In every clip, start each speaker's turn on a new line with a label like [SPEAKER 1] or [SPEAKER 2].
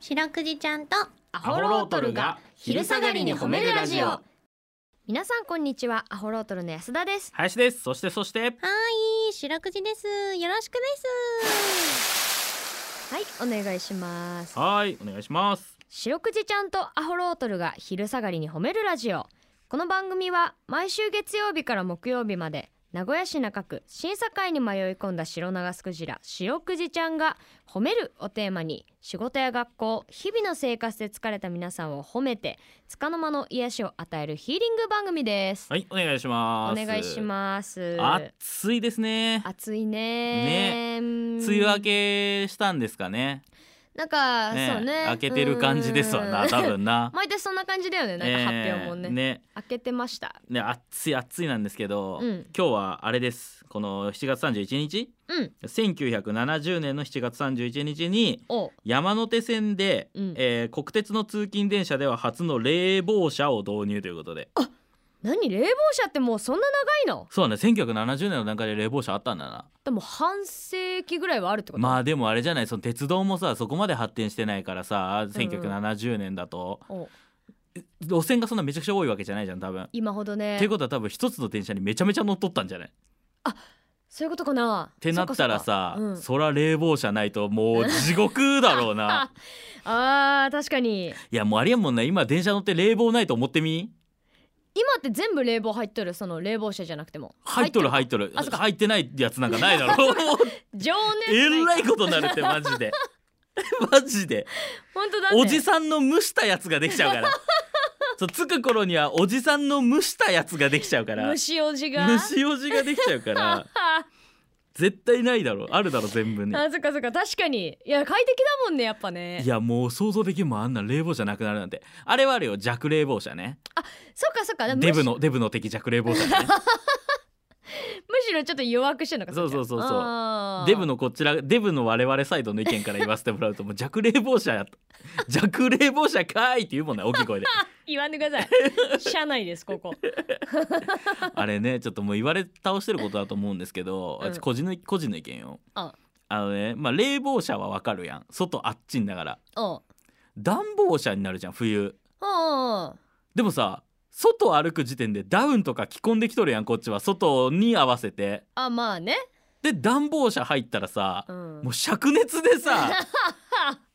[SPEAKER 1] 白くじちゃんと
[SPEAKER 2] ア
[SPEAKER 3] ホロートルが昼下がりに褒めるラジオ
[SPEAKER 2] 皆さんこんにちはアホロートルの安田です
[SPEAKER 3] 林ですそしてそして
[SPEAKER 1] はい白くじですよろしくです
[SPEAKER 2] はいお願いします
[SPEAKER 3] はいお願いします
[SPEAKER 2] 白くじちゃんとアホロートルが昼下がりに褒めるラジオこの番組は毎週月曜日から木曜日まで名古屋市中区審査会に迷い込んだ白長スクジラ白くじちゃんが「褒める」をテーマに仕事や学校日々の生活で疲れた皆さんを褒めて束の間の癒しを与えるヒーリング番組です、
[SPEAKER 3] はいお願いします
[SPEAKER 2] お願いします
[SPEAKER 3] 暑いですね
[SPEAKER 2] 暑いねうん
[SPEAKER 3] 梅雨明けしたんですかね
[SPEAKER 2] なんか、そうね
[SPEAKER 3] 明けてる感じですわ
[SPEAKER 2] う
[SPEAKER 3] なん多 分な
[SPEAKER 2] 毎年そんな感じだよねなんか発表もね,、
[SPEAKER 3] えーね
[SPEAKER 2] 開けてました
[SPEAKER 3] ね暑い暑いなんですけど、
[SPEAKER 2] うん
[SPEAKER 3] 今日はあれですこの7月31日
[SPEAKER 2] うん
[SPEAKER 3] 1970年の7月31日に
[SPEAKER 2] お
[SPEAKER 3] 山手線で、
[SPEAKER 2] うん
[SPEAKER 3] えー国鉄の通勤電車では初の冷房車を導入ということで
[SPEAKER 2] 何冷房車ってもうそんな長いの
[SPEAKER 3] そうだね1970年の段階で冷房車あったんだな
[SPEAKER 2] でも半世紀ぐらいはあるってこと、
[SPEAKER 3] まあでもあれじゃないその鉄道もさそこまで発展してないからさ
[SPEAKER 2] うん
[SPEAKER 3] 1970年だと、
[SPEAKER 2] お
[SPEAKER 3] 路線がそんなめちゃくちゃ多いわけじゃないじゃん多分。っ
[SPEAKER 2] 今ほどね
[SPEAKER 3] ていうことは多分一つの電車にめちゃめちゃ乗っ取ったんじゃないっ
[SPEAKER 2] そういうことかなって
[SPEAKER 3] なったらさそ
[SPEAKER 2] うん、
[SPEAKER 3] ら冷房車ないともう地獄だろ うな
[SPEAKER 2] あー確かに
[SPEAKER 3] いやもうありやもんな今電車乗って冷房ないと思ってみ
[SPEAKER 2] 今って全部冷房入っとるその冷房車じゃなくても
[SPEAKER 3] 入っとる入
[SPEAKER 2] っ
[SPEAKER 3] っとる
[SPEAKER 2] あそっか
[SPEAKER 3] 入ってないやつなんかないだ ろ
[SPEAKER 2] 情熱
[SPEAKER 3] え
[SPEAKER 2] ない
[SPEAKER 3] らいことになるってマ ジでマジで
[SPEAKER 2] 本当だね
[SPEAKER 3] おじさんの蒸したやつができちゃう からそうつく頃にはおじさんの蒸したやつができちゃうから
[SPEAKER 2] 虫おじが
[SPEAKER 3] 虫おじができちゃうから
[SPEAKER 2] あ
[SPEAKER 3] 絶対ないだろうあるだろう全部に
[SPEAKER 2] そっかそっか確かにいや快適だもんねやっぱね
[SPEAKER 3] いやもう想像できるもんあんな冷房じゃなくなるなんてあれはあるよ弱冷房車ね
[SPEAKER 2] そっかそっかでも
[SPEAKER 3] デブのデブの敵弱冷房車ね
[SPEAKER 2] むしろちょっと弱くしてるのかれじゃ
[SPEAKER 3] そうそうそうそう
[SPEAKER 2] あー
[SPEAKER 3] デブのこちらデブの我々サイドの意見から言わせてもらうともう弱冷房車やと弱冷房車かーいって言うもんね大きい声で
[SPEAKER 2] 言わんでください 社内ですここ
[SPEAKER 3] あれねちょっともう言われ倒してることだと思うんですけど、
[SPEAKER 2] うん
[SPEAKER 3] 個人の個人の意見よ
[SPEAKER 2] あ
[SPEAKER 3] あのねまあ冷房車はわかるやん外あっちんだから
[SPEAKER 2] おう
[SPEAKER 3] 暖房車になるじゃん冬
[SPEAKER 2] おう
[SPEAKER 3] でもさ外歩く時点でダウンとか着込んできとるやんこっちは外に合わせて
[SPEAKER 2] あまあね、
[SPEAKER 3] で暖房車入ったらさ
[SPEAKER 2] う、ん、
[SPEAKER 3] もう灼熱 でさ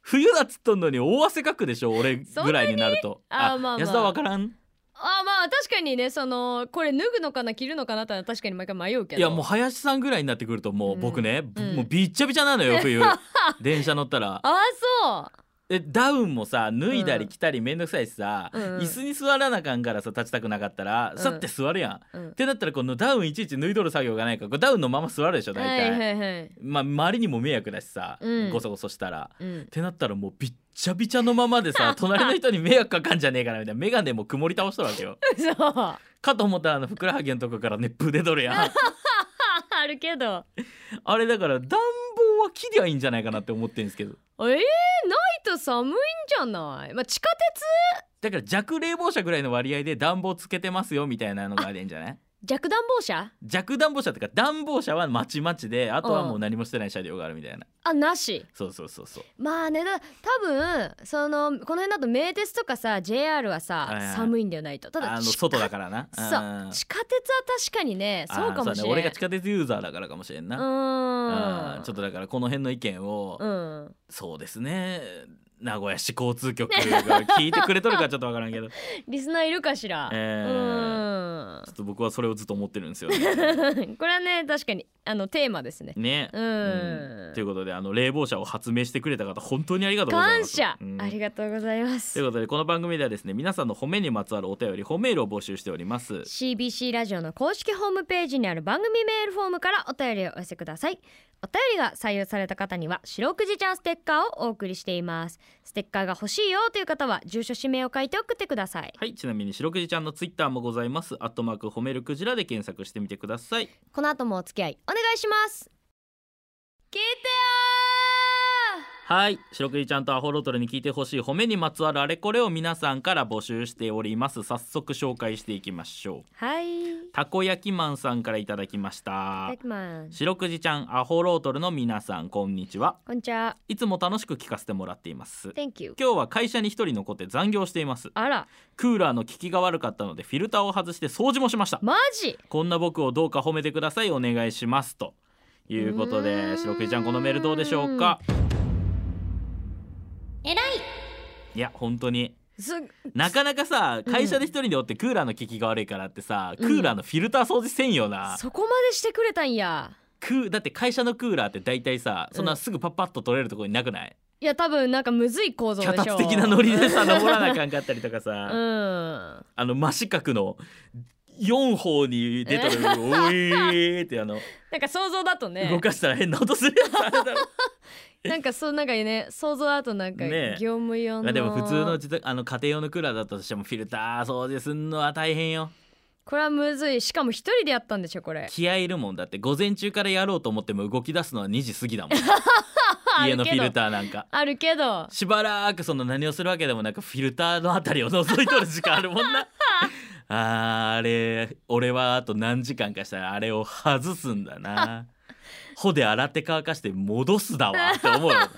[SPEAKER 3] 冬だっつっとんのに大汗かくでしょ俺ぐらいになると
[SPEAKER 2] そんなにあまあまあ
[SPEAKER 3] 安田わからん
[SPEAKER 2] あまあ確かにねそのこれ脱ぐのかな着るのかなってのは確かに毎回迷うけど
[SPEAKER 3] いやもう林さんぐらいになってくるともう、
[SPEAKER 2] うん
[SPEAKER 3] 僕ね、ぶ
[SPEAKER 2] うん
[SPEAKER 3] もうびっちゃびちゃなのよ 冬電車乗ったら
[SPEAKER 2] ああ
[SPEAKER 3] えダウンもさ脱いだり着たりめんどくさいしさ、
[SPEAKER 2] うん
[SPEAKER 3] 椅子に座らなあかんからさ立ちたくなかったら、
[SPEAKER 2] うん
[SPEAKER 3] さって座るやん。っ
[SPEAKER 2] そう、うん、
[SPEAKER 3] てなったらこのダウンいちいち脱いどる作業がないからこれダウンのまま座るでしょ大
[SPEAKER 2] は
[SPEAKER 3] 体、
[SPEAKER 2] いはいはい、
[SPEAKER 3] まあ、周りにも迷惑だしさ、
[SPEAKER 2] うん
[SPEAKER 3] ごそごそしたら。
[SPEAKER 2] うん
[SPEAKER 3] っ、てなったらもうびっちゃびちゃのまま でさ隣の人に迷惑かかんじゃねえからみたいな眼鏡も曇り倒しとるわけよ。
[SPEAKER 2] そう
[SPEAKER 3] かと思ったらあのふくらはぎのとこから熱風出とるやん。
[SPEAKER 2] あるけど
[SPEAKER 3] あれだから暖房は切りゃいいんじゃないかなって思ってるんですけど
[SPEAKER 2] えー、ないと寒いんじゃないまあ地下鉄
[SPEAKER 3] だから弱冷房車ぐらいの割合で暖房つけてますよみたいなのがあれんじゃない
[SPEAKER 2] 弱暖房車
[SPEAKER 3] 弱暖房車っていうか暖房車はまちまちであとはもう何もしてない車両があるみたいな
[SPEAKER 2] あなし
[SPEAKER 3] そうそうそうそう
[SPEAKER 2] まあねだ多分そのこの辺だと名鉄とかさ JR はさ、
[SPEAKER 3] はいはい
[SPEAKER 2] 寒いんだよないとただ
[SPEAKER 3] あの
[SPEAKER 2] 地
[SPEAKER 3] 外だからな
[SPEAKER 2] そう
[SPEAKER 3] うん
[SPEAKER 2] 地下鉄は確かにねそうかもし
[SPEAKER 3] あ
[SPEAKER 2] れ
[SPEAKER 3] ーね
[SPEAKER 2] ん
[SPEAKER 3] 俺が地下鉄ユーザーだからかもしれん
[SPEAKER 2] う
[SPEAKER 3] な
[SPEAKER 2] ー
[SPEAKER 3] うんんちょっとだからこの辺の意見を
[SPEAKER 2] うん
[SPEAKER 3] そうですね名古屋市交 通局が聞いてくれとるかちょっとわからんけどちょ
[SPEAKER 2] リスナーいるかしら、
[SPEAKER 3] えー
[SPEAKER 2] う
[SPEAKER 3] っと僕はそれをずっと思ってるん ですよね。
[SPEAKER 2] ーんこれはね確かにあのテーマですね
[SPEAKER 3] ね
[SPEAKER 2] うん
[SPEAKER 3] ということであの冷房車を発明してくれた方本当にありがとうございま
[SPEAKER 2] 感
[SPEAKER 3] す。
[SPEAKER 2] 謝、
[SPEAKER 3] うん
[SPEAKER 2] ありがとうございま
[SPEAKER 3] とい
[SPEAKER 2] す
[SPEAKER 3] うことでこの番組ではですね皆さんの褒めにまつわるお便り褒めールを募集しております。
[SPEAKER 2] CBC ラジオの公式ホームページにある番組メールフォームからお便りをお寄せくださいお便りが採用された方には白くじちゃんステッカーをお送りしていますステッカーが欲しいよという方は住所氏名を書いて送ってください
[SPEAKER 3] はいちなみに白くじちゃんのツイッターもございます。アットマーク褒めるクジラで検索してみてください。
[SPEAKER 2] この後もお付き合いお願いします聞いてよー
[SPEAKER 3] はい白クリちゃんとアホロトルに聞いてほしい褒めにまつわるあれこれを皆さんから募集しております早速紹介していきましょう
[SPEAKER 2] はいい
[SPEAKER 3] たこ焼きマンさんからいただきまし
[SPEAKER 2] た
[SPEAKER 3] た
[SPEAKER 2] だきます
[SPEAKER 3] 白くじちゃんアホロートルの皆さんこんにちは
[SPEAKER 2] こんにちはい
[SPEAKER 3] つも楽しく聞かせてもらっています
[SPEAKER 2] Thank you
[SPEAKER 3] 今日は会社に一人残って残業しています
[SPEAKER 2] あら
[SPEAKER 3] クーラーの効きが悪かったのでフィルターを外して掃除もしました
[SPEAKER 2] マジ
[SPEAKER 3] こんな僕をどうか褒めてくださいお願いしますということ
[SPEAKER 2] うー
[SPEAKER 3] で
[SPEAKER 2] ん
[SPEAKER 3] 白くじちゃんこのメールどうでしょうか
[SPEAKER 1] えらい
[SPEAKER 3] いや本当に
[SPEAKER 2] す
[SPEAKER 3] なかなかさ会社で一人でおってクーラーの効きが悪いからってさ、
[SPEAKER 2] うん
[SPEAKER 3] クーラーのフィルター掃除せんよな、
[SPEAKER 2] そこまでしてくれたんや
[SPEAKER 3] クーだって会社のクーラーって大体さそんなすぐパッパッと取れるところになくない、
[SPEAKER 2] いや多分なんかむずい構造でしょ
[SPEAKER 3] 脚立的なノリでさ登らなあかんかったりとかさ、
[SPEAKER 2] うん
[SPEAKER 3] あの真四角の4方に出た時に「おい」ってあの
[SPEAKER 2] なんか想像だとね
[SPEAKER 3] 動かしたら変な音するやつあるだろ
[SPEAKER 2] なんかそうなんかね想像だとなんか
[SPEAKER 3] ねえ
[SPEAKER 2] 業務用の、
[SPEAKER 3] まあでも普通の自宅あの家庭用のクーラーだとしてもフィルター掃除すんのは大変よ
[SPEAKER 2] これはむずいしかも一人でやったんでしょこれ
[SPEAKER 3] 気合いいるもんだって午前中からやろうと思っても動き出すのは2時過 ぎだもん 家のフィルターなんか
[SPEAKER 2] あるけど
[SPEAKER 3] しばらくその何をするわけでもなくフィルターのあたりを覗いとる時間あるも んなあーあれ俺はあと何時間かしたらあれを外すん だな穂で洗って乾かして戻すだわっ て思うよ
[SPEAKER 2] なんか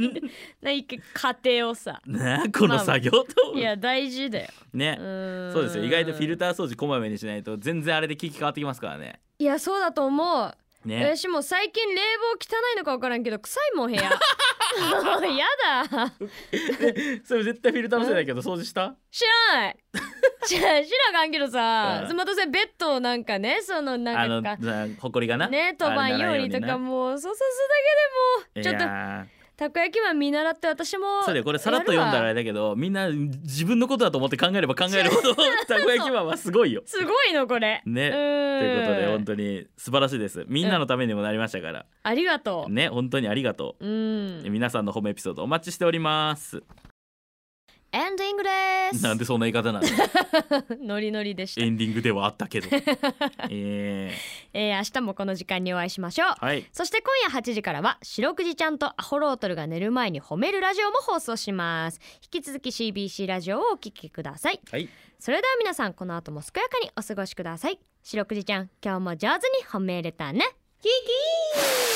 [SPEAKER 2] 家庭をさ
[SPEAKER 3] なあこの作業と思う
[SPEAKER 2] いや大事だよ
[SPEAKER 3] ね
[SPEAKER 2] うーん
[SPEAKER 3] そうですよ意外とフィル
[SPEAKER 2] ター
[SPEAKER 3] ター掃除こまめにしないと全然あれで効き変わってきますからね
[SPEAKER 2] いやそうだと思う
[SPEAKER 3] ね
[SPEAKER 2] 私もう最近冷房汚いのか分からんけど臭いもん部屋 やだ
[SPEAKER 3] それ絶対フィルターのせいだけど掃除した
[SPEAKER 2] 知らない知ら知らかんけどさ、
[SPEAKER 3] うん
[SPEAKER 2] またそれベッドをなんかねその
[SPEAKER 3] あ
[SPEAKER 2] な
[SPEAKER 3] の
[SPEAKER 2] んか
[SPEAKER 3] なほこりがな
[SPEAKER 2] ね飛ばんようにとかもうそうさすだけでもうちょっと
[SPEAKER 3] っと
[SPEAKER 2] たこ焼きマン見習って私も
[SPEAKER 3] そうだよこれさらっと読んだ
[SPEAKER 2] や
[SPEAKER 3] らあれ
[SPEAKER 2] るわ
[SPEAKER 3] だけどみんな自分のことだと思って考えれば考え るほどたこ焼きマンはすごいよ。
[SPEAKER 2] すごいのこれ
[SPEAKER 3] ね
[SPEAKER 2] う
[SPEAKER 3] と
[SPEAKER 2] ーん
[SPEAKER 3] いうことで本当に素晴らしいですみんなのためにもなりましたから、
[SPEAKER 2] ありがとう、
[SPEAKER 3] ね本当にありがと
[SPEAKER 2] う
[SPEAKER 3] う、
[SPEAKER 2] ん
[SPEAKER 3] 皆さんの褒めエピソードお待ちしております
[SPEAKER 2] エンディングです
[SPEAKER 3] なんでそんな言い方なの
[SPEAKER 2] ノリノリでした
[SPEAKER 3] エンディングではあった けどえ
[SPEAKER 2] えー明日もこの時間にお会いしましょう
[SPEAKER 3] ー、はい
[SPEAKER 2] そして今夜8時からは白くじちゃんとアホロートルが寝る前に褒めるラジオも放送します引き続き CBC ラジオをお聞きください
[SPEAKER 3] はい
[SPEAKER 2] それでは皆さんこの後も健やかにお過ごしください白くじちゃん今日も上手に褒めれたねキキー